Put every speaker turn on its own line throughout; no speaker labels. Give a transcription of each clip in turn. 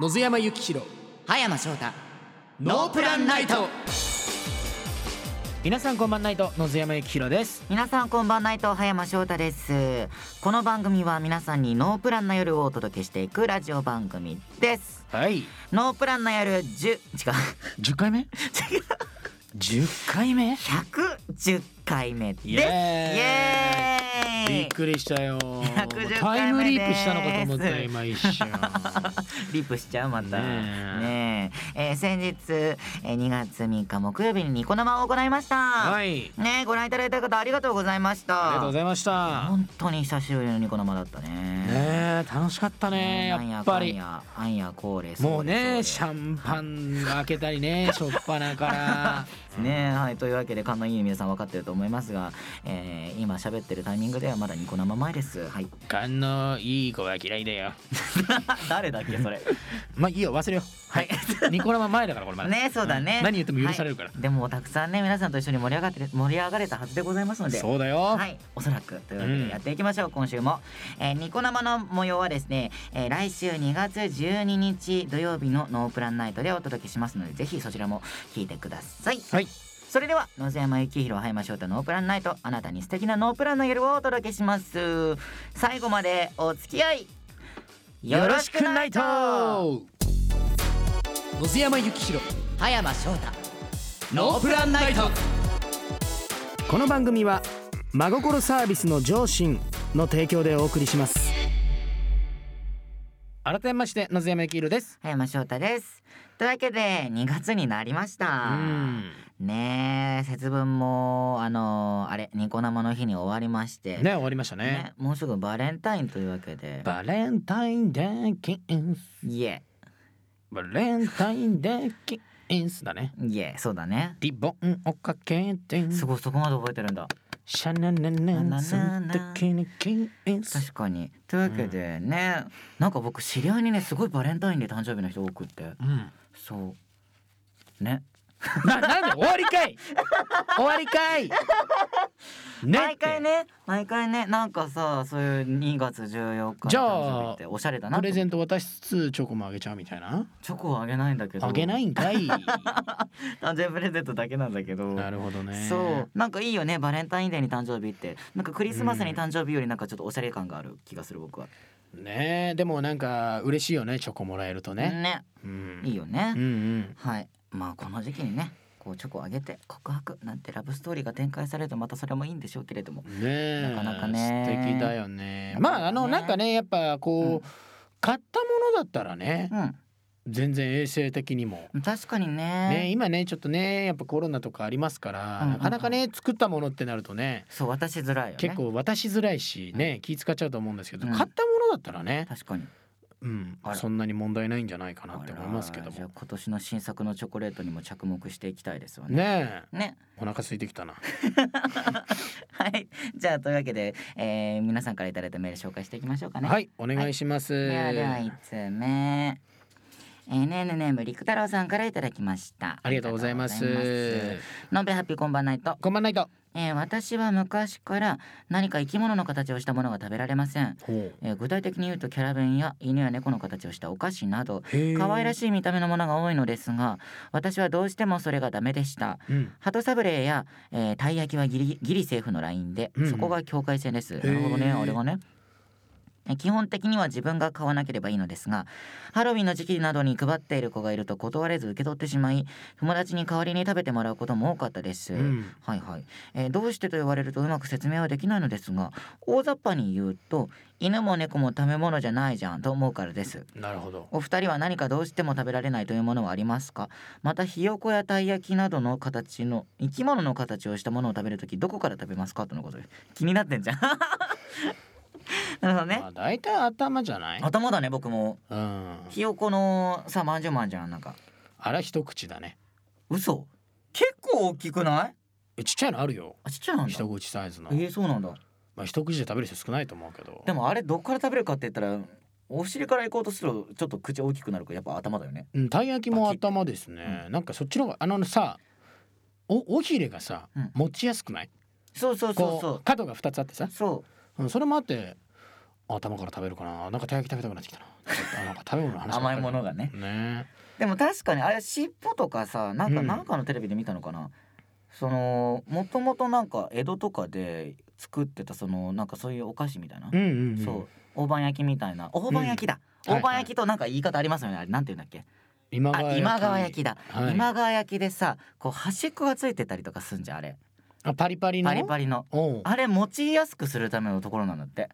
野津山幸弘
葉山翔太
ノープランナイト
皆さんこんばんないと野津山幸弘です
皆さんこんばんないと葉山翔太ですこの番組は皆さんにノープランな夜をお届けしていくラジオ番組です
はい
ノープランな夜10違う
10回目10回目
110回目です
イエ
イエーイ
びっくりしたよ
110回目です
タイムリープしたのかと思ったよ今一 瞬
リップしちゃうまたね
ね
ええー先日、えー、2月3日木曜日にニコ生を行いました、
はい
ねえご覧いただいた方ありがとうございまし
ありがとう
た
ございました
本当に久しぶりのニコ生だったね
ねえ楽しかったね
なん
やっぱり
かんやあんやこうれ
もうねシ
そう
ャンパン開けたりねしょっぱなから
ですねはいというわけで勘のいい皆さん分かってると思いますが、えー、今喋ってるタイミングではまだニコ生前です はい
勘のいい子は嫌いだよ
誰だっけそ れ
まあいいよ忘れようはいニコ生前だからこれまだ
ねそうだね、
うん何言っても許されるから
はいでもたくさんね皆さんと一緒に盛り上がって盛り上がれたはずでございますので
そうだよ
はい、おそらくというわけ
う
で
ん
やっていきましょう、今週も、えーニコ生の模様はですね、えー来週2月12日土曜日のノープランナイトでお届けしますのでぜひそちらも聞いてください、
はい
それでは野瀬山幸宏葉山翔太ノープランナイトあなたに素敵なノープランの夜をお届けします最後までお付き合い
よろしくないと
葉
野津山幸弘
山翔太
ノープランナイト
この番組は真心サービスの上進の提供でお送りします
改めまして野津山幸宏です
葉山翔太ですというわけで2月になりました
うん
ねえ節分もあのあれニコ生の日に終わりまして
ね終わりましたね
ねもうすぐバレンタインというわけで
バレンタインデーキンス
イエ
バレンタインデーキンスだね
イエそうだね
リボンをかけて
すごいそこまで覚えてるんだ
シャナナナその時にキンス
確かにというわけでね、なんか僕知り合いにねすごいバレンタインで誕生日の人多くって
うん
そうね
ななんで終わりかい終わりかいねって
毎回ね毎回ねなんかさそういう2月14日
じゃあ
の誕生日っておしゃれだな
プ
と思
レ
っ
ゼ
て
ント渡しつつチョコもあげちゃうみたいな
チョコはあげないんだけど
あげないんかい
誕生日プレゼントだけなんだけど
なるほどね
そうなんかいいよねバレンタインデーに誕生日ってなんかクリスマスに誕生日よりなんかちょっとおしゃれ感がある気がする僕は
ねえでもなんか嬉しいよねチョコもらえるとね、
ね
うん、
いいよね、
うんうん
はいまあこの時期にねこうチョコをあげて告白なんてラブストーリーが展開されるとまたそれもいいんでしょうけれども
ねえ
なかなかね
素敵だよね
なかなかね
まああのなんかねやっぱこう、買ったものだったらね
う
全然衛生的にも。
ん確かにね
ね、今ねちょっとねやっぱコロナとかありますから、
うんうん
な
うん
かなかね作ったものってなるとね
そう渡しづらいよね
結構渡しづらいしね、気使っちゃうと思うんですけど、
うん
買ったものだったらね、
確かに
うん
あ、ら
そんなに問題ないんじゃないかなって思いますけど
あらじゃあ
も
今年の新作のチョコレートにも着目していきたいですよね
ねえ
ね
お腹空いてきたな
はいじゃあというわけで、えー皆さんからいただいたメール紹介していきましょうかね
はいお願いします、
ではでは1つ目 NN ネーム陸太郎さんからいただきました
ありがとうございます
ありがとうございますのんべいハッピーこんばんないと、
こんばんないと
えー私は昔から何か生き物の形をしたものが食べられません、
ほ
えー具体的に言うとキャラ弁や犬や猫の形をしたお菓子など
うへえ
可愛らしい見た目のものが多いのですが私はどうしてもそれがダメでした
うん
鳩サブレーや、えーたい焼きはギリギリセーフのラインで、
うん
そこが境界線です。
ー
なるほどね、あれがね。え基本的には自分が買わなければいいのですがハロウィンの時期などに配っている子がいると断れず受け取ってしまい友達に代わりに食べてもらうことも多かったです、
うん
はいはい、えーどうしてと言われるとうまく説明はできないのですが大雑把に言うと犬も猫も食べ物じゃないじゃんと思うからです
なるほど
お二人は何かどうしても食べられないというものはありますかまたひよこやたい焼きなどの形の生き物の形をしたものを食べるときどこから食べますかとのことです気になってんじ ゃんなるほどね
まあ大体頭じゃない
頭だね僕も
うん
ひよこのさまんじゅうまんじゅうなんか
あら一口だね
嘘結構大きくない
えちっちゃいのあるよ
あちっちゃいなんだ
一口サイズの、
えー、そうなんだ
まあ、一口で食べる人少ないと思うけど
でもあれどっから食べるかって言ったらお尻から行こうとするとちょっと口大きくなるからやっぱ頭だよね
うんたい焼きも頭ですね、なんかそっちの方があのさお尾ひれがさ、
うん
持ちやすくない
そうそ
こ
うそう
う
そ
角が二つあってさ
う、そう
うん、それもあって頭から食べるかななんかたい焼き食べたくなってきたなあなんか食べ物の話ばっかり
甘いものがね
ね
でも確かにあれ尻尾とかさなんか、
うん
なんかのテレビで見たのかなそのもともとなんか江戸とかで作ってたそのなんかそういうお菓子みたいな、
うんうん、うん、
そう大判焼きみたいな大判焼きだ、
うん
大判焼きとなんか言い方ありますよねあれなんて言うんだっけ、
今川
あ
焼き
今川焼きだ、
はい
今川焼きでさこう端っこがついてたりとかすんじゃんあれ
あパリパリの
パリパリの
おう
あれ持ちやすくするためのところなんだって、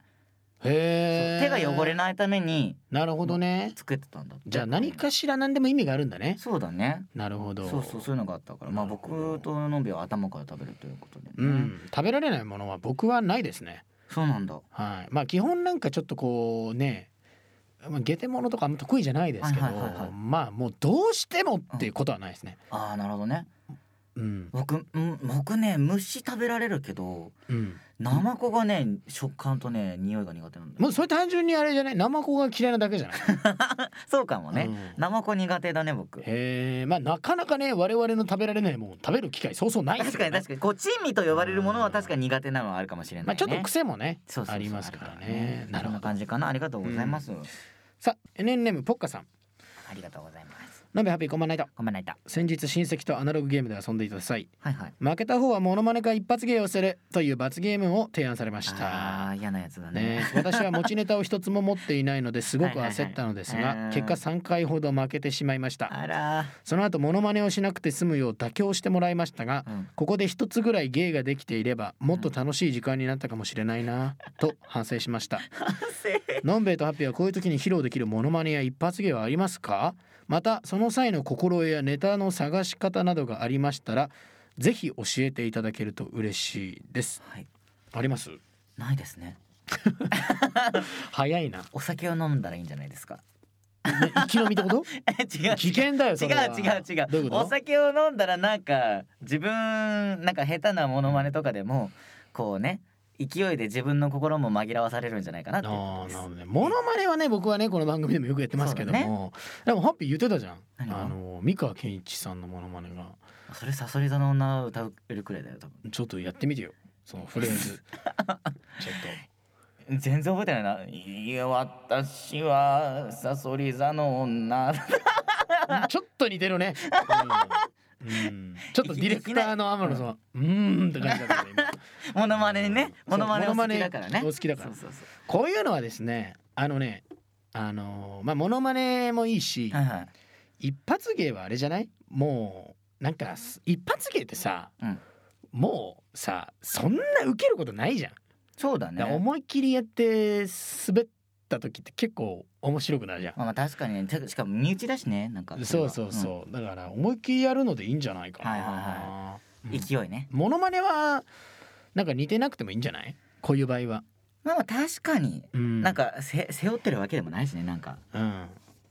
へ
手
え
が汚れないために
なるほどね
作ってたんだって
じゃあ何かしら何でも意味があるんだね
そうだね
なるほど
そうそうそういうのがあったからまあ
なるほど
僕とのんびは頭から食べるということでね、
うん食べられないものは僕はないですね
そうなんだ
はいまあ基本なんかちょっとこうねまあ下手物とかあんま得意じゃないですけど、
はいはいはいはい
まあもうどうしてもっていうことはないですね
ああなるほどね
うん
僕うん僕ね虫食べられるけど
うん
ナマコがね食感とね匂いが苦手なんだよ
もうそれ単純にあれじゃないナマコが嫌いなだけじゃない
そうか もね、
うん
ナマコ苦手だね僕
へえまあなかなかね我々の食べられないもん食べる機会そうそうないです
確
よ
か
ね
に確かにこう珍味と呼ばれるものは確かに苦手なのはあるかもしれない、ね
まあちょっと癖もね
そうそうそう
ありますからね
ある
な
な
る
る
ほ
ほどこんな
ど
感じかなありがとうございます、
さあネンネームポッカさん
ありがとうございます
鍋ハッピーこんばんないと
ごめんないた
先日親戚とアナログゲームで遊んでいた際
はいはい
負けた方はモノマネか一発芸をするという罰ゲームを提案されまし
あ
た
あー嫌なやつだね
ね、私は持ちネタを一つも持っていないのですごく
はいはいはい
焦ったのです
う
が
ん
結果3回ほど負けてしまいました
あら
その後モノマネをしなくて済むよう妥協してもらいましたが
ーうん
ここで一つぐらい芸ができていればもっと楽しい時間になったかもしれない なと反省しましたのんべえとハッピーはこういう時に披露できるモノマネや一発芸はありますかまたその際の心得やネタの探し方などがありましたらぜひ教えていただけると嬉しいです
はい
あります
ないですね
早いな
お酒を飲んだらいいんじゃないですか
生き延びってこと
違う
危険だよ
違
そうれは
違う
どう
違
いうう
お
こと
酒を飲んだらなんか自分なんか下手なモノマネとかでもこうね勢いで自分の心も紛らわされるんじゃないかなっていう
あ
こと
ーな
です
るほどねモノマネはね僕はねこの番組でもよくやってますけども、でもハッピー言ってたじゃん
何が
あの三河健一さんのモノマネが
それサソリ座の女を歌うくらいだよ多分
ちょっとやってみてよそのフレー ズちょっと
全然覚えてないないや私はサソリ座の女
うんちょっと似てるね、うんうんちょっとディレクターの天野さんはうーんって感じだったね今
モノマネにね
そ
モ
う
ノマネお好きだから
モノマ
ね
ネお好きだから
そうそうそ
こういうのはですねあのねあのまあモノマネもいいし
うはいはい
一発芸はあれじゃないもうなんかす一発芸ってさ、
うん
もうさそんな受けることないじゃん、
そうだ
だから
ね
思いっきりやって滑った時って結構面白くなるじゃん、
まあまあ確かにねてかしかも身内だしねなんかれ
そ
は
うそうそう、だから思いっきりやるのでいいんじゃないかな、
はいはいはう
う
ん
ん
勢いね
モノマネはなんか似てなくてもいいんじゃないこういう場合は、
まあまあ確かに
うん
なん、かせ背負ってるわけでもないしねなんか
うん、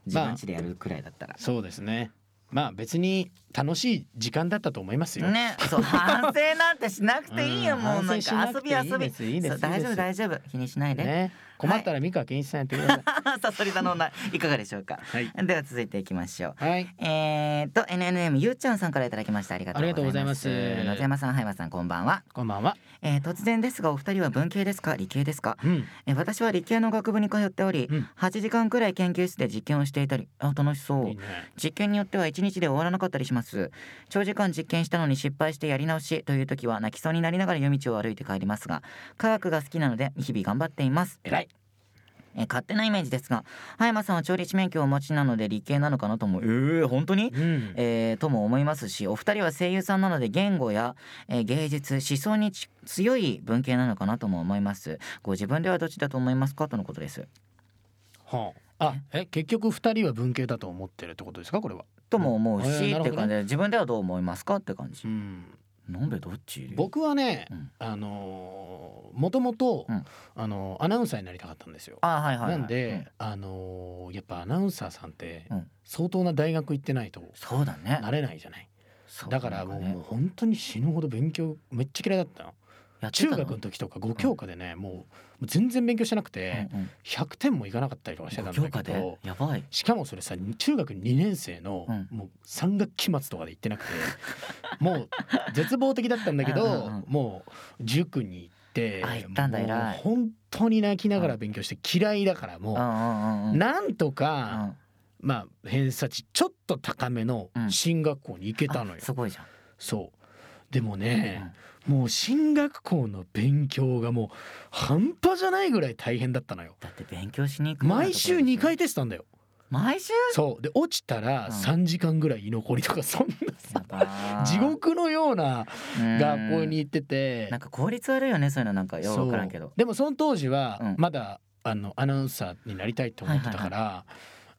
自分家でやるくらいだったら。
そうですねまあ別に楽しい時間だったと思いますよ、
ね、そう反省なんてしなくていいよ、
うん
もうなん
反省し
か
な
遊
くて
び遊び
いいですいいです
そう大丈
いいです
夫大丈夫気にしないで、
ね困ったら美川健一さんやってください
さそり座の女いかがでしょうか
はい
では続いていきましょう
はい
えー、っと NNM ゆうちゃんさんからいただきましたありがとうございます
ありがとうございます
野津山さんはいまさんこんばんは、
こんばんは
えー、突然ですがお二人は文系ですか理系ですか
うん
えー私は理系の学部に通っており、
うん
8時間くらい研究室で実験をしていたりあ楽しそう
いいね
実験によっては1日で終わらなかったりします長時間実験したのに失敗してやり直しという時は泣きそうになりながら夜道を歩いて帰りますが科学が好きなので日々頑張っています
偉い
えー勝手なイメージですが葉山さんは調理師免許をお持ちなので理系なのかなともえー、本当
う
に
ん
えーとも思いますしお二人は声優さんなので言語や、えー芸術思想にち強い文系なのかなとも思いますご自分ではどっちだと思いますかとのことです
はあ、あえ結局二人は文系だと思ってるってことですかこれは、
とも思うし、
うんえーなるほ
って
どね
感じで自分ではどう思いますかって感じ
うん、
なんでどっち
僕はね、
うん
あのーもともと、
うん
あのーアナウンサーになりたかったんですよ、
あはいはいはい、
なんで、
うん
あのーやっぱアナウンサーさんって
うん
相当な大学行ってないと
そうだね
なれないじゃない、
そう
だからもう,、
なん
もう
ね
本当に死ぬほど勉強めっちゃ嫌いだったの
やって
中
たの
学の時とか5教科でね、もうもう全然勉強してなくて
うんうん
100点もいかなかったりとかしてたん
教
だ
科
け
で
ど
やばい
しかもそれさ中学2年生の
うん
もう3学期末とかで 行ってなくてもう絶望的だったんだけ
うんうん
ど
うん
もう塾に行っって
あ行ったんだ
もう
偉い
本当に泣きながら勉強して嫌いだから
うんう
も
んうんう
うんなんと
う
か、
ん
まあ偏差値ちょっと高めの
うん
進学校に行けたのよ
あ、すごいじゃん
そうでもね、もう進学校の勉強がもう半端じゃないぐらい大変だったのよ
だって勉強しに行くようなところ
毎
でしょ
週2回テストなんだよ
毎週
そうで落ちたら
うん
3時間ぐらい居残りとかそん
やば
な
ー
地獄のような
うん
学校に行ってて
なんか効率悪いよねそういうのなんかよくわからんけ
そ
ど
うでもその当時は
うん
まだ、あのアナウンサーになりたいと思ってたから、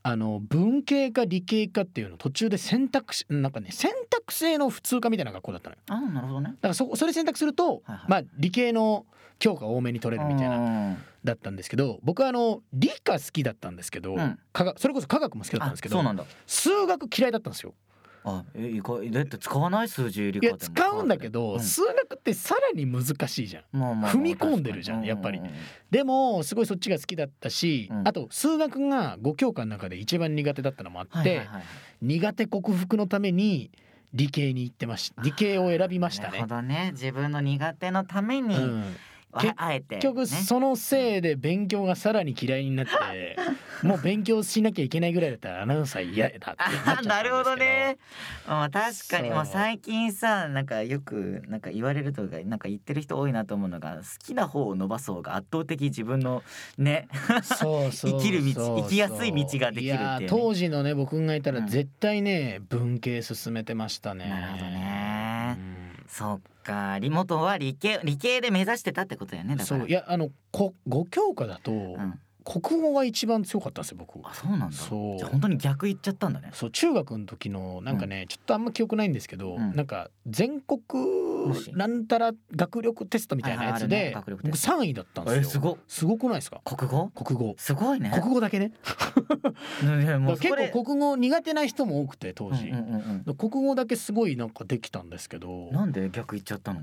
あの文系か理系かっていうの途中で選択肢なんかね選択制の普通科みたいな学校だったのよ
あなるほどね
だからそこそれ選択すると、
はいはい
まあ理系の教科を多めに取れるみたいな
な
だったんですけど僕はあの理科好きだったんですけど、
うん
科学それこそ科学も好きだったん
あ
ですけ
そう
ど
なんだ
数学嫌いだったんですよ
あえ意外だって使わない数字理
い
科
や
でも
使うんだけど、
うん
数学ってさらに難しいじゃん
まあまあ
踏み込んでるじゃん
確かに
やっでもすごいそっちが好きだったし、
うん
あと数学が5教科の中で一番苦手だったのもあって、
はいはいはい
苦手克服のために理系に行ってまし理系を選びました
な
ね
るほ。どね自分の苦手のために、
うん
わ
結
あえて、ね、
結局そのせいで勉強がさらに嫌いになって、 もう勉強しなきゃいけないぐらいだったらアナウンサー嫌だってなっちゃったんで
あ
すけど
なるほどね。まあ確かに
そう
もう最近さなんかよくなんか言われるとかなんか言ってる人多いなと思うのが好きな方を伸ばそうが圧倒的自分のね
そうそう
生きる道
そう
生きやすい道ができるっていうね
や当時のね僕がいたら
うん
絶対ね、文系進めてましたね
なるほどねそっかリモトは理系理系で目指してたってことだよね
うん
だか
そ
ら
ういやあのこ五教科だと、
うん、
国語が一番強かったんですよ僕
あそうなんだ
そう
じゃあ本当に逆行っちゃったんだね
そう中学の時のなんかね、ちょっとあんま記憶ないんですけど、
うん
なんか全国
もし
なんたら学力テストみたいなやつ
はいはいあるね
で、
学力テ
僕
スト
3位だったんです
え
よ
すごっ
すごくないですか
国語
国語
すごいね
国語だけね
ねもう
結
それ
構国語苦手な人も多くて当時、
うんうんうん
国語だけすごいなんかできたんですけど
うんなんで逆行っちゃったの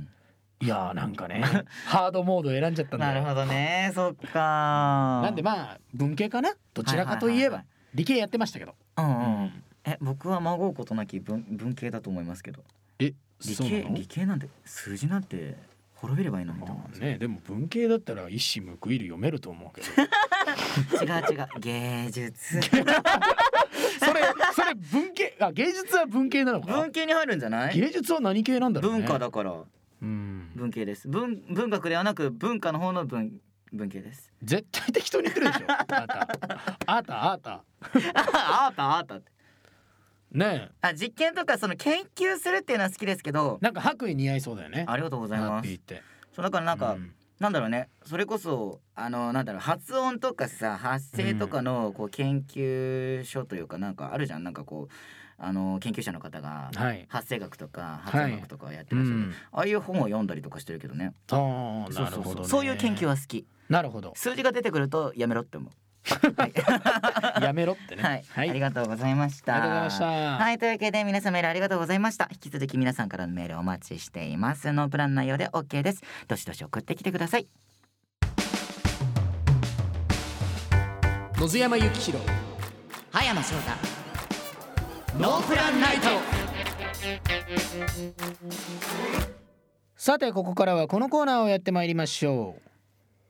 いやーなんかね ハードモード選んじゃったんだ
な
よ
るほどねそっか
なんでまあ文系かなどちらかといえば、
は
理系やってましたけど、
いはいはいうんうんえ僕は孫うことなき文文系だと思いますけど
え
理
そうな
系
の
理系なんて数字なんて滅びればいいのにと思うんですよ
ねでも文系だったら一矢報いる読めると思うけど
違う違う芸
そ
術
れそれ文系あ芸術は文系なのか
文系に入るんじゃない
芸術は何系なんだろうね
文化だから
うん
文系です文文学ではなく文化の方の文文系です
絶対適当に言ってるでしょあなたあなたあなた
あーたあーたって
ねえ
あ実験とかその研究するっていうのは好きですけど
なんか白衣似合いそうだよね
ありがとうござい
ハッ
ま
ピー
す
って
そうだからなんか、
うん
なんだろうねそれこそあのなんだろう発音とかさ発声とかのこう研究所というかなんかあるじゃんなんかこうあの研究者の方が
はい
発声学とか発音学とかをやってらっしゃる、
うん
ああいう本を読んだりとかしてるけどね
ああなるほど、ね、
そうそうそうそういう研究は好き
なるほど
数字が出てくるとやめろって思う
やめろってね
はい、ありがとうございました。
ありがとうございました
はい、というわけで皆さんメールありがとうございました。引き続き皆さんからのメールお待ちしています。ノープラン内容で OK です。どしどし送ってきてください。
野津山幸弘
葉山翔太。
ノープランナイト
さてここからはこのコーナーをやってまいりましょ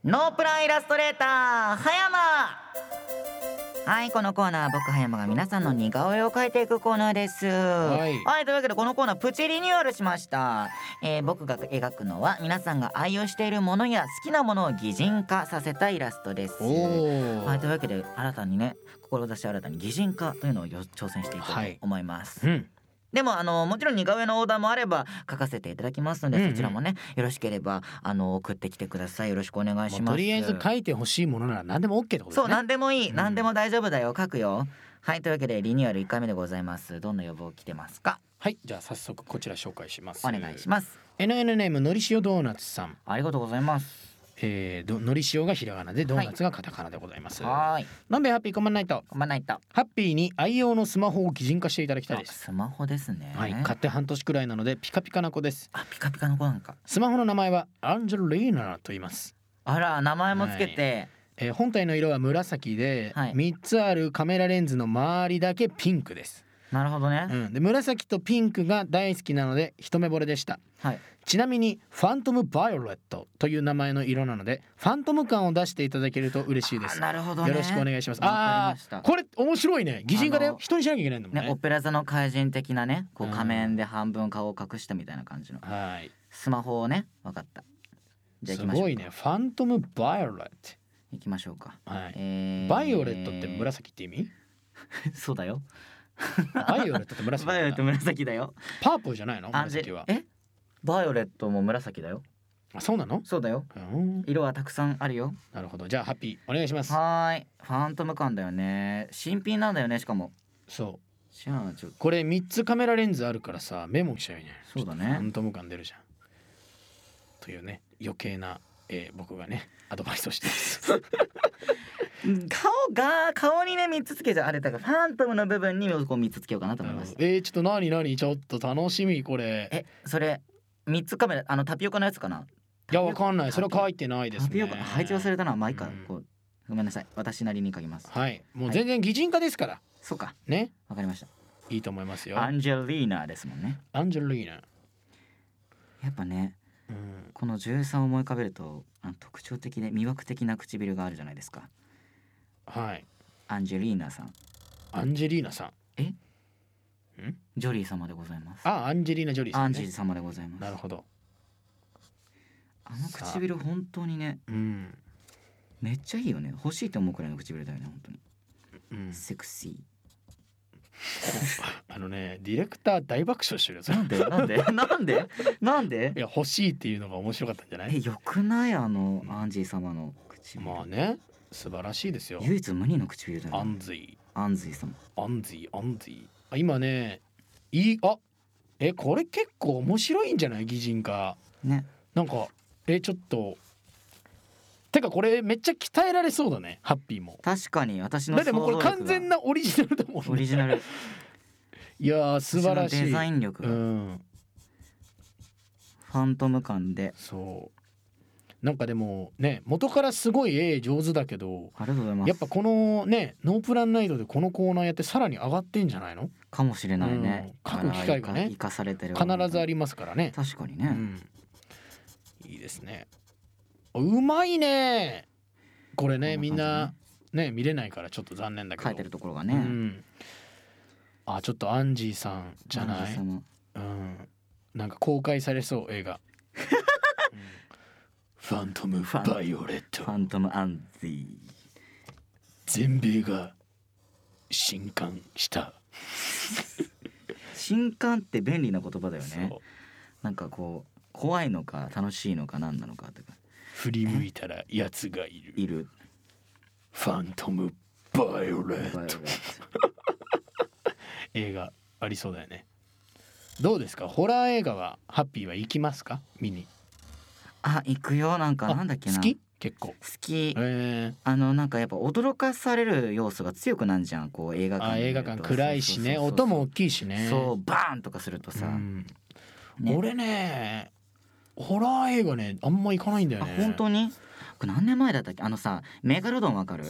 ノープランイラストレーター葉山。はいこのコーナーは僕葉山が皆さんの似顔絵を描いていくコーナーです。はいというわけでこのコーナープチリニューアルしました、えー僕が描くのは皆さんが愛用しているものや好きなものを擬人化させたイラストです。
うおお、
はい、というわけで新たにね志新たに擬人化というのをよ挑戦していこうと
はい
思います、
うん
でもあのもちろん似顔絵のオーダーもあれば書かせていただきますので、
うんうん
そちらもねよろしければあの送ってきてくださいよろしくお願い
も
し
う
ます
とりあえず書いてほしいものなら何でも OK ってことですね
そう何でもいい、
うん
何でも大丈夫だよ書くよはいというわけでリニューアル1回目でございますどんな予防来てますか
はいじゃあ早速こちら紹介します
お願いし
ま
ます
す NN ネームのりしおドーナツさん、
ありがとうございます
えー、どのりしおがひらがなでドーナツがカタカナでございます、
はーい
なんべハッピーコマンナイト
頑張んないと
ハッピーに愛用のスマホを擬人化していただきたいです
スマホですね
はい買って半年くらいなのでピカピカな子です
あピカピカの子なんか
スマホの名前はアンジェリーナと言います
あら名前もつけて、
えー本体の色は紫で、
はい
3つあるカメラレンズの周りだけピンクです、
うなるほどね、
うん、で紫とピンクが大好きなので一目惚れでした
はい
ちなみにファントムバイオレットという名前の色なのでファントム感を出していただけると嬉しいです
あなるほどね
よろしくお願いします
わかり
あ
まし
あ
た
これ面白いね擬人化だ
あ
よ
の
人にしなきゃいけないんだもんね
ね、オペラ座の怪人的なねこう
うん
仮面で半分顔を隠したみたいな感じの
はい
スマホをね分かったじゃあ
す
行きましょう
ごいねファントムバイオレット
行きましょうか、
はい
えー
バイオレットって紫って意味
そうだよ
バイオレットって紫
バイオレット
だ
紫だよ
パープルじゃないの
あで
紫は
えバイオレットも紫だよ
あそうなの
そうだよ
うん
色はたくさんあるよ
なるほどじゃあハッピーお願いします
はーいファントム感だよね新品なんだよねしかも
そう
じゃあちょっと
これ三つカメラレンズあるからさメモしちゃうね
そうだね
ちょっとファントム感出るじゃんというね余計な、えー僕がねアドバイスをしてます
顔が顔にね3つつけちゃうあれだからファントムの部分にこう3つつけようかなと思います
えー、ちょっと何何ちょっと楽しみこれ
えそれ3つカメラあのタピオカのやつかない
やわかんないそれは書
い
いてないですね
タピオカ配置忘れたなまあいいか
うん
こうごめんなさい私なりに書きます
はいもう全然擬人化ですから
そうか
ね
わかりました
いいと思いますよ
ア
ア
ンジェリーナですもんね
ンジェリーナ、
やっぱね
うん、
この女優さんを思い浮かべるとあの特徴的で魅惑的な唇があるじゃないですか
はい
アンジェリーナさん
アンジェリーナさん
ジョリー様でございます
あアンジェリーナ・ジョリーさ
ア
ん、
ン
ね、
ジー様でございます
なるほど
あの唇本当にね
うん、
めっちゃいいよね欲しいと思うくらいの唇だよね本当に
うん、
セクシ
あのねディレクター大爆笑してるよそ
ー
れ
なんでなんでなんでなんで
いや欲しいっていうのが面白かったんじゃない
えよくないあのアンジー様の唇、
まあね素晴らしいですよ
唯一無二の唇だ
ア
よ、ね、
ンズイ
アンジー様
アンズイアンズイあ今ねいいあえこれ結構面白いんじゃない擬人化
ね
なんかえちょっとてかこれめっちゃ鍛えられそうだねハッピーも
確かに私の
だっ
想
て
像
もうこれ
力が
完全なオリジナルだもん、ね、
オリジ ナル
いやー素晴らし
私のデ
い
ザイン力
う
が
ん
ファントム感で
そうなんかでもね元からすごい絵上手だけど
ありがとうございます
やっぱこのねノープランナイトでこのコーナーやってさらに上がってんじゃないの
かもしれないね、
うん書く機会がね
あれ生かされてる
必ずありますからね、
確かに
う
ね、
ん、いいですねうまいねこれね
こ
みん
んな
な
感
ね見れないからちょっと残念だけど
書いてるところが
う
ね、
ん、あちょっとアンジーさんじゃない
アンジー様
うん、なんか公開されそう映画、うん ファントム
ファン
バイオレット
ファントムアンジー
全米が震撼した、
新刊って便利な言葉だよね
そう
なんかこう怖いのか楽しいのか何なのかとか
振り向いたら奴がいる
いる
ファントムバイオレ
場合
ッ
が
ト 映画ありそうだよねどうですかホラー映画はハッピーは行きますか見に
あ行くよなんかなんだっけな
好き結構
好き
え
あのなんかやっぱ驚かされる要素が強くなんじゃんこう映画
ー、
館
あ
で見
映
ると
画館暗いしね
そうそうそう
音も大きいしね
そうバーンとかするとさ、
うん
ね
俺ねホラー映画ねあんま行かないんだよ
あ
ね
本当にこれ何年前だったっけあのさメガロドンわかる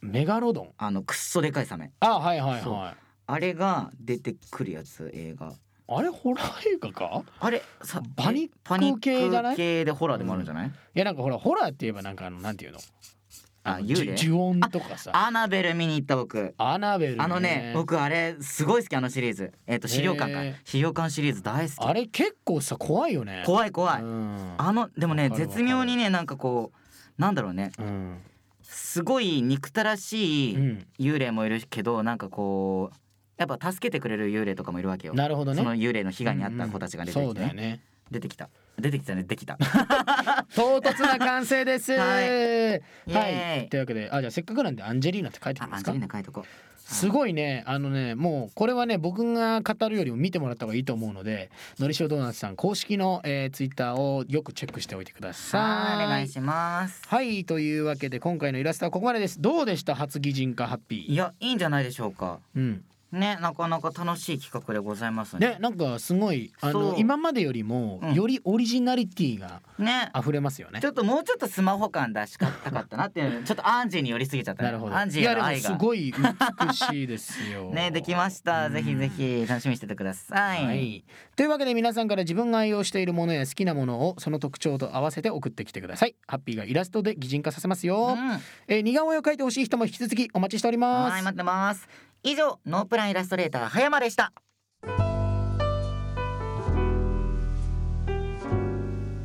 メガロドン
あのくっそでかいサメ
あはいはい
そう
はい
あれが出てくるやつ映画
あれホラー映画か
あれさ
パニック
えパニック
系じゃない
系でホラーでもあるんじゃない、
いやなんかほらホラーって言えばなんかあのなんていうの
あ
の
幽霊
じゅ呪音とかさ
アナベル見に行った僕
アナベル、ね、
あのね僕あれすごい好きあのシリーズえっ、と資料館か
へー
資料館シリーズ大好
あれ結構さ怖いよね
き怖い怖い、
うん
あのでも
わ
ね
かるわかる
絶妙にねなんかこうなんだろうね
うん
すごい憎たらし
う
い
ん
幽霊もいるけどなんかこうやっぱ助けてくれる幽霊とかもいるわけよ
なるほどね
その幽霊の被害に遭った子たちが出て
うんそう
きて、
だよ
ね
ね
出てきた出てきたねで きた
唐突な完成です は
はい
い、
イエーイ
というわけであじゃあせっかくなんでアンジェリーナって書いて
あ
みま
アン
す
ジ
か
ェリーナ書いとこ
すごいねあのねもうこれはね僕が語るよりも見てもらった方がいいと思うのでのりしおドーナツさん公式の、えー、ツイッターをよくチェックしておいてくだ
う
さ。
はいいお願いします
はいというわけで今回のイラストはここまでですどうでした初擬人化ハッピ
い
ー
やいいんじゃないでしょうか
うん
ねなかなか楽しい企画でございますね
ねなんかすごいあ
そ
の
う
今までよりも
うん
よりオリジナリティが
ね
溢れますよね
ち。ょっともうちょっとスマホ感出したかったなっ ていうちょっとアンジェに寄りすぎちゃったね
なるほど。
アンジ
い
ェ
や
へ
で
の
も
愛
す
が。
ごい美しいですよ
ねできましたぜひぜひ楽しみにしててください、
はい、というわけで皆さんから自分が愛用しているものや好きなものをその特徴と合わせて送ってきてくださいハッピーがイラストで擬人化させますよ、
う
えー似顔絵を描いてほしい人も引き続きお待ちしており
ん、
ます
はい待ってます以上ノープランイラストレーター葉山でした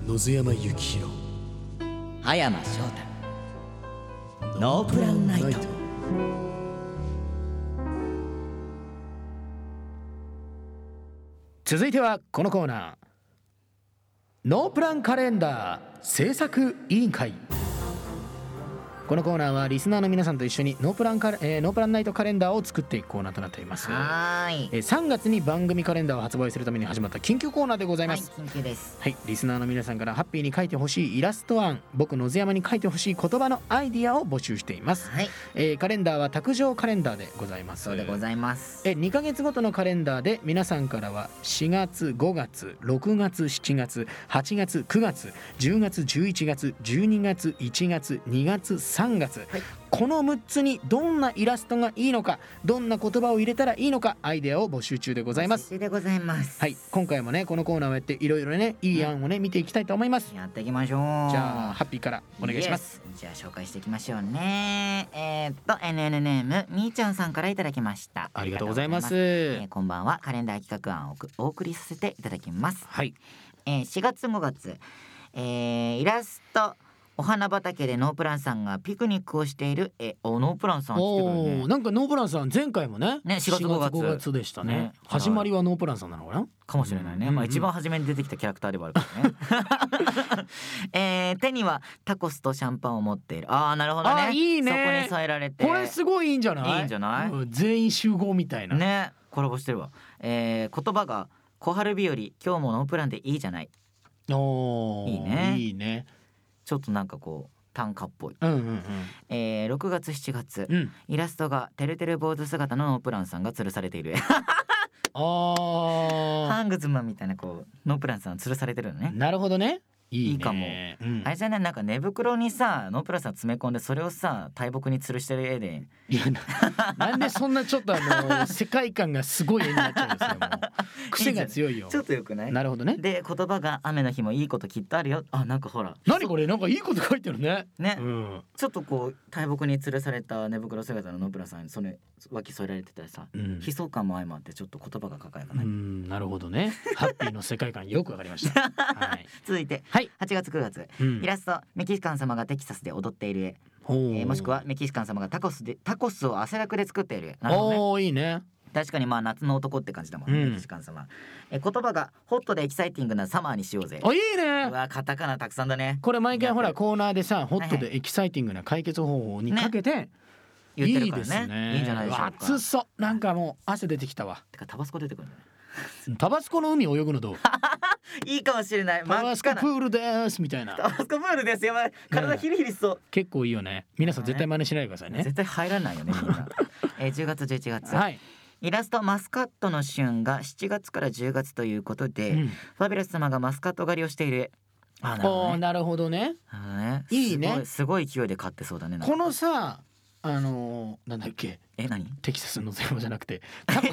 野津山幸宏
葉山翔太
ノープランナイト
続いてはこのコーナーノープランカレンダー制作委員会このコーナーはリスナーの皆さんと一緒にノープランカレ、えーノープランナイトカレンダーを作っていくコーナーとなっています
はーい
えー3月に番組カレンダーを発売するために始まった緊急コーナーでござい
は
ま
い
す、
緊急です
はい、リスナーの皆さんからハッピーに書いてほしいイラスト案僕の津山に書いてほしい言葉のアイディアを募集しています、
はい
えーカレンダーは卓上カレンダーでございます
そうでございます
え2ヶ月ごとのカレンダーで皆さんからは4月5月6月7月8月9月10月11月12月1月2月3月、
はい
この6つにどんなイラストがいいのかどんな言葉を入れたらいいのかアイデアを募集中でご
ご
ざいます
でございます
はい今回もねこのコーナーをやっていろいろねいい案をね見ていきたいと思います
やっていきましょう
じゃあハッピーからお願いします。
す。じゃあ紹介していきましょうね。えーっと NN ネームみーちゃんさんからいただきました。
ありがとうございま
あ
す。
りがとうございます。えーこんばんはカレンダー企画案をおくお送りさせていただきます。
はい。
えー4月5月、えーイラストお花畑でノープランさんがピクニックをしているえーおノープランさん来てくれる
おお、
ね
なんかノープランさん前回もね。
ね4月
5
5月
でしたね
ね
始まりはノープランさんなのかな。
かもしれないね。
うん
まあ一番初めに出てきたキャラクターではあるか らね。えー手にはタコスとシャンパンを持っている。ああなるほどね。
あいいね
そこに添えられて。
これすごいいいんじゃない。
いいんじゃない
うん全員集合みたいな。
ねコラボしてるわ、えー、言葉が「小春日和今日もノープランでいいじゃない
おお。
いいね
いいね。」
ちょっとなんかこう短歌っぽい、
うんうんうん。
えー、6月7月
うん。
イラストがてるてる坊主姿のノープランさんが吊るされている
あ
ハングズマンみたいなこうノープランさん吊るされてるの
あ。
ね
なるほどね。いいね。
いいかも
うん
あれじゃねなんか寝袋にさノープランさん詰め込んでそれをさ大木に吊るしてる絵で
いやななんでそんなちょっとあの世界観がすごい絵になっちゃうんですよもう。癖が強いよ。
ちょっとよくない
なるほどね。
で言葉が「雨の日もいいこときっとあるよ」あなんかほら
何これなんかいいこと書いてるね。
ね
うん。
ちょっとこう大木に吊るされた寝袋姿のノープランさんにそれ脇添えられてたりさ
うん
悲壮感も相まってちょっと言葉が抱えが
う
ない、
ん、なるほどね。ハッピーの世界観よくわかりま した。はい。
続いて、
はい
8月9月、
うん
イラストメキシカン様がテキサスで踊っている絵、えーもしくは。メキシカン様がタコスでタコスを汗だくで作っている絵なるほどね
おおー、いいね。
確かにまあ夏の男って感じだもんね、
うん
メキシカン様、えー言葉がホットでエキサイティングなサマーにしようぜ
あ、いいうね。
わカタカナたくさんだね
これ毎回ほ
や
ら
ってる
コーナーでさホット
はいは
でエキサイティングな解決方法にかけて、
言って
い
る
い
か
です
らね
ね
いいんじゃないでしょうか
暑そうなんかもう汗出てきたわ
てかタバスコ出てくるんだね
タバスコの海泳ぐのど う
いいかもしれない
タ
真っ
バスコ
赤な
プールですみたい
タ
な
バスコプールですやばい体ヒリヒリしそう、
結構いいよね皆さん絶対真似しないでくださいね
絶対入らないよねみ んな、えー、10月11月、
はい、
イラストマスカットの旬が7月から10月ということで、
うん
ファビュラス様がマスカット狩りをしているあなる
お
ほど
ー
ね
なるほどね
なるほどね
いいね
すごいすごい勢いで買ってそうだねなんか
このさあのーなんだっけ
え何違
テキサスのゼロじゃなくてタバ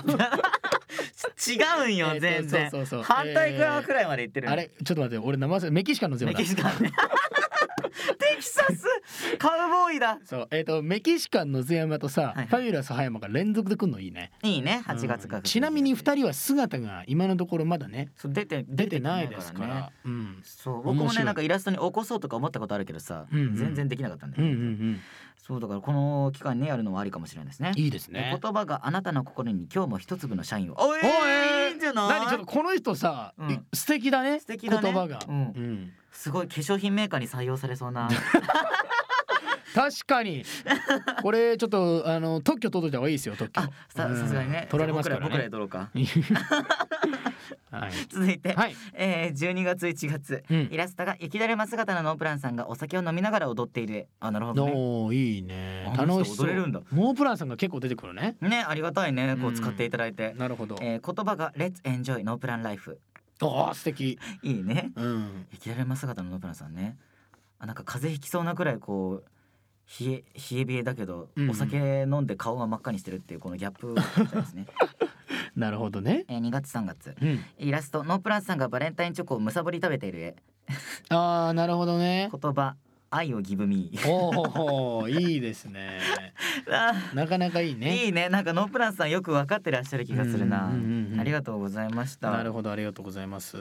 うんよ
えーと
全然、
そうそうそう
反対側くらいまで行ってる、
あれちょっと待って俺名前忘れメキシカンのゼロ
メ
だ
キシカンね テキサスカウボーイだ
そうえっ、とメキシカンのゼ山とさ、
いはい
ファビュラス葉山が連続で来るのいいね
いいね8月か
う
ら
んちなみに二人は姿が今のところまだね
そう出て
出てないですから
ね
うん
そう僕も
面白
ね
い
なんかイラストに起こそうとか思ったことあるけどさ、
うんうん
全然できなかったんだ
う
よ
ん
ね、
うんうん
そうだからこの期間ねやるのはありかもしれないですね
いいですね
言葉があなたの心に今日も一粒の社員をおい
おえー
いいんじゃない
何ちょっとこの人さ、
うん
い素敵だね
素敵だね
言葉が、
うんすごい化粧品メーカーに採用されそうな
確かにこれちょっとあの特許取っといた方がいいですよ特許
あさ
うん
さすがにね
取られますから
じゃあ僕ら僕ら
ね
で撮ろうか
はい。
続いて、
はい。
えー、12月1月、
うん
イラストが雪だるま姿のノープランさんがお酒を飲みながら踊っているあなるほどね
おーいいね。
あの人
楽しそう。
踊れるんだ
モープランさんが結構出てくるね。
ねありがたいねこ
う
うん使っていただいて、
なるほど。
えー言葉が「Let's enjoy ノープランライフ
おー素敵。」
いいね
うん。
雪だるま姿のノープランさんねあなんか風邪ひきそうなくらいこう冷え冷え冷えだけど、
うん
お酒飲んで顔が真っ赤にしてるっていうこのギャップみたいですね、
なるほどね。
えー、2月3月
うん。
イラストノープランさんがバレンタインチョコをむさぼり食べている絵
ああなるほどね。
言葉愛をギブミー
おおいいですね。
あ
なかなかいい
ー
ね。
いいねなんかノープランさんよく分かってらっしゃる気がするな、
うんうんうんうん
ありがとうございました
なるほどありがとうございます。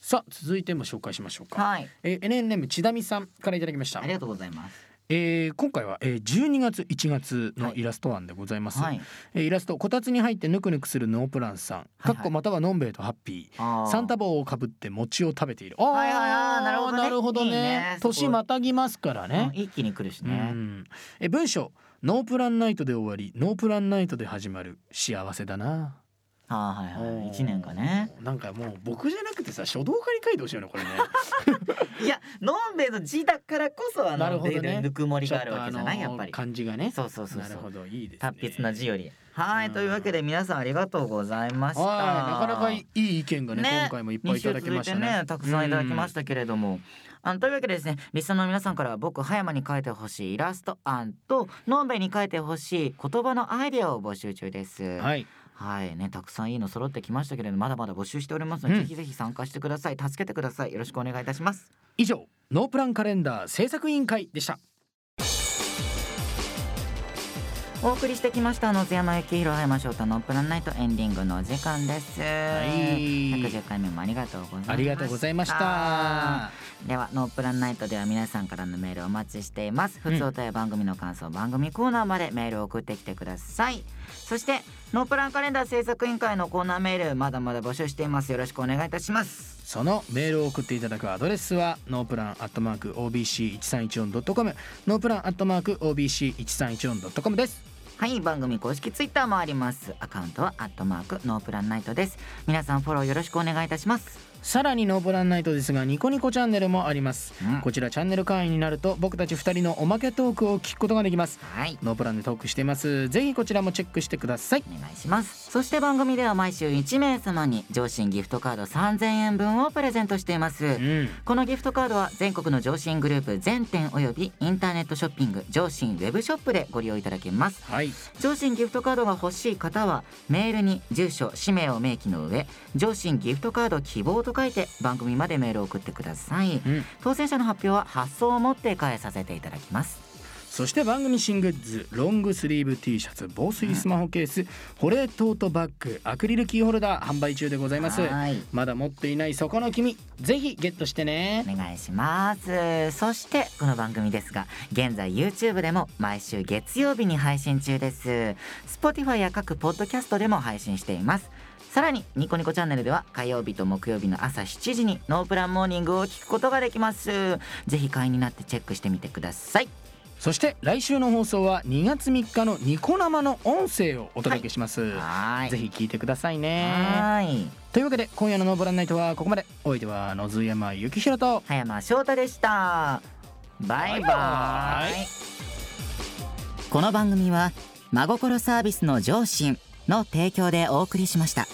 さあ続いても紹介しましょうか。
はい
えー NNM ちだみさんからいただきました
あり。がとうございます
えー今回は、えー12月1月のイラスト案でございます。
はい
えーイラストこたつに入ってぬくぬくするノープランさん。
は
か
い
っこまたはのんべえとハッピー。
あー
サンタ帽をかぶって餅を食べている。
はいはいはいなるほどね
あーなるほどね
いいねそこ
年またぎますからね
うん。一気に来るし
う
ね、
んえ文章ノープランナイトで終わりノープランナイトで始まる幸せだな
あーはいはい一
一
年がね
なんかもう僕じゃなくてさ書道家に書いてほしいよねこ れね
いやのんべえの字だからこそあ
なる
の
ほどね
ぬくもり
ちょ
が
っ
あるわけじ
と
ゃ
あ
な
の
いやっぱり
漢字がね
そうそうそう
な
そ
るほ
う
どいいですね
達筆な字よりはいというわけで皆さんありがとうございました
はいなかなかいい意見がね今回もいっぱいいただきましたね
二週続いてねたくさんいただきましたけれども、あのというわけでですねリスナーの皆さんからは僕葉山に書いてほしいイラスト案とのんべえに書いてほしい言葉のアイデアを募集中です
うん
はい、
はい
ねたくさんいいの揃ってきましたけれどもまだまだ募集しておりますので、
うん
ぜひぜひ参加してください助けてくださいよろしくお願いいたします
以上ノープランカレンダー制作委員会でした
お送りしてきました野津山幸宏葉山翔太のプランナイトエンディングのお時間で
い
す110回目もありがとうございました
ありがとうございました
ではノープランナイトでは皆さんからのメールをお待ちしています
うん
普通歌や番組の感想、番組コーナーまでメールを送ってきてくださいそしてノープランカレンダー制作委員会のコーナーメールまだまだ募集していますよろしくお願いいたします
そのメールを送っていただくアドレスはノープランアットマーク OBC1314.com ノープランアットマーク OBC1314.com です
はい番組公式ツイッターもありますアカウントはアットマークノープランナイトです皆さんフォローよろしくお願いいたします
さらにノープランナイトですがニコニコチャンネルもあります、
うん
こちらチャンネル会員になると僕たち2人のおまけトークを聞くことができます
はい
ノープランでトークしていますぜひこちらもチェックしてください
お願いしますそして番組では毎週1名様に上信ギフトカード3000円分をプレゼントしています、
うん
このギフトカードは全国の上信グループ全店およびインターネットショッピング上信ウェブショップでご利用いただけます
はい
上信ギフトカードが欲しい方はメールに住所氏名を明記の上上信ギフトカード希望と書いて番組までメールを送ってください、
うん
当選者の発表は発送をもって返させていただきます
そして番組新グッズロングスリーブ T シャツ防水スマホケース保冷トートバッグアクリルキーホルダー販売中でございます
はい
まだ持っていないそこの君ぜひゲットしてね
お願いしますそしてこの番組ですが現在 YouTube でも毎週月曜日に配信中です Spotify や各ポッドキャストでも配信していますさらにニコニコチャンネルでは火曜日と木曜日の朝7時にノープランモーニングを聞くことができますぜひ会員になってチェックしてみてください
そして来週の放送は2月3日のニコ生の音声をお届けします、
はーい
ぜひ聞いてくださいね
はーい
というわけで今夜のノーブランナイトはここまでお相手は野津山幸宏と
葉山翔太でしたバイバ
バ
イ
イバイ
この番組は真心サービスの上信の提供でお送りしました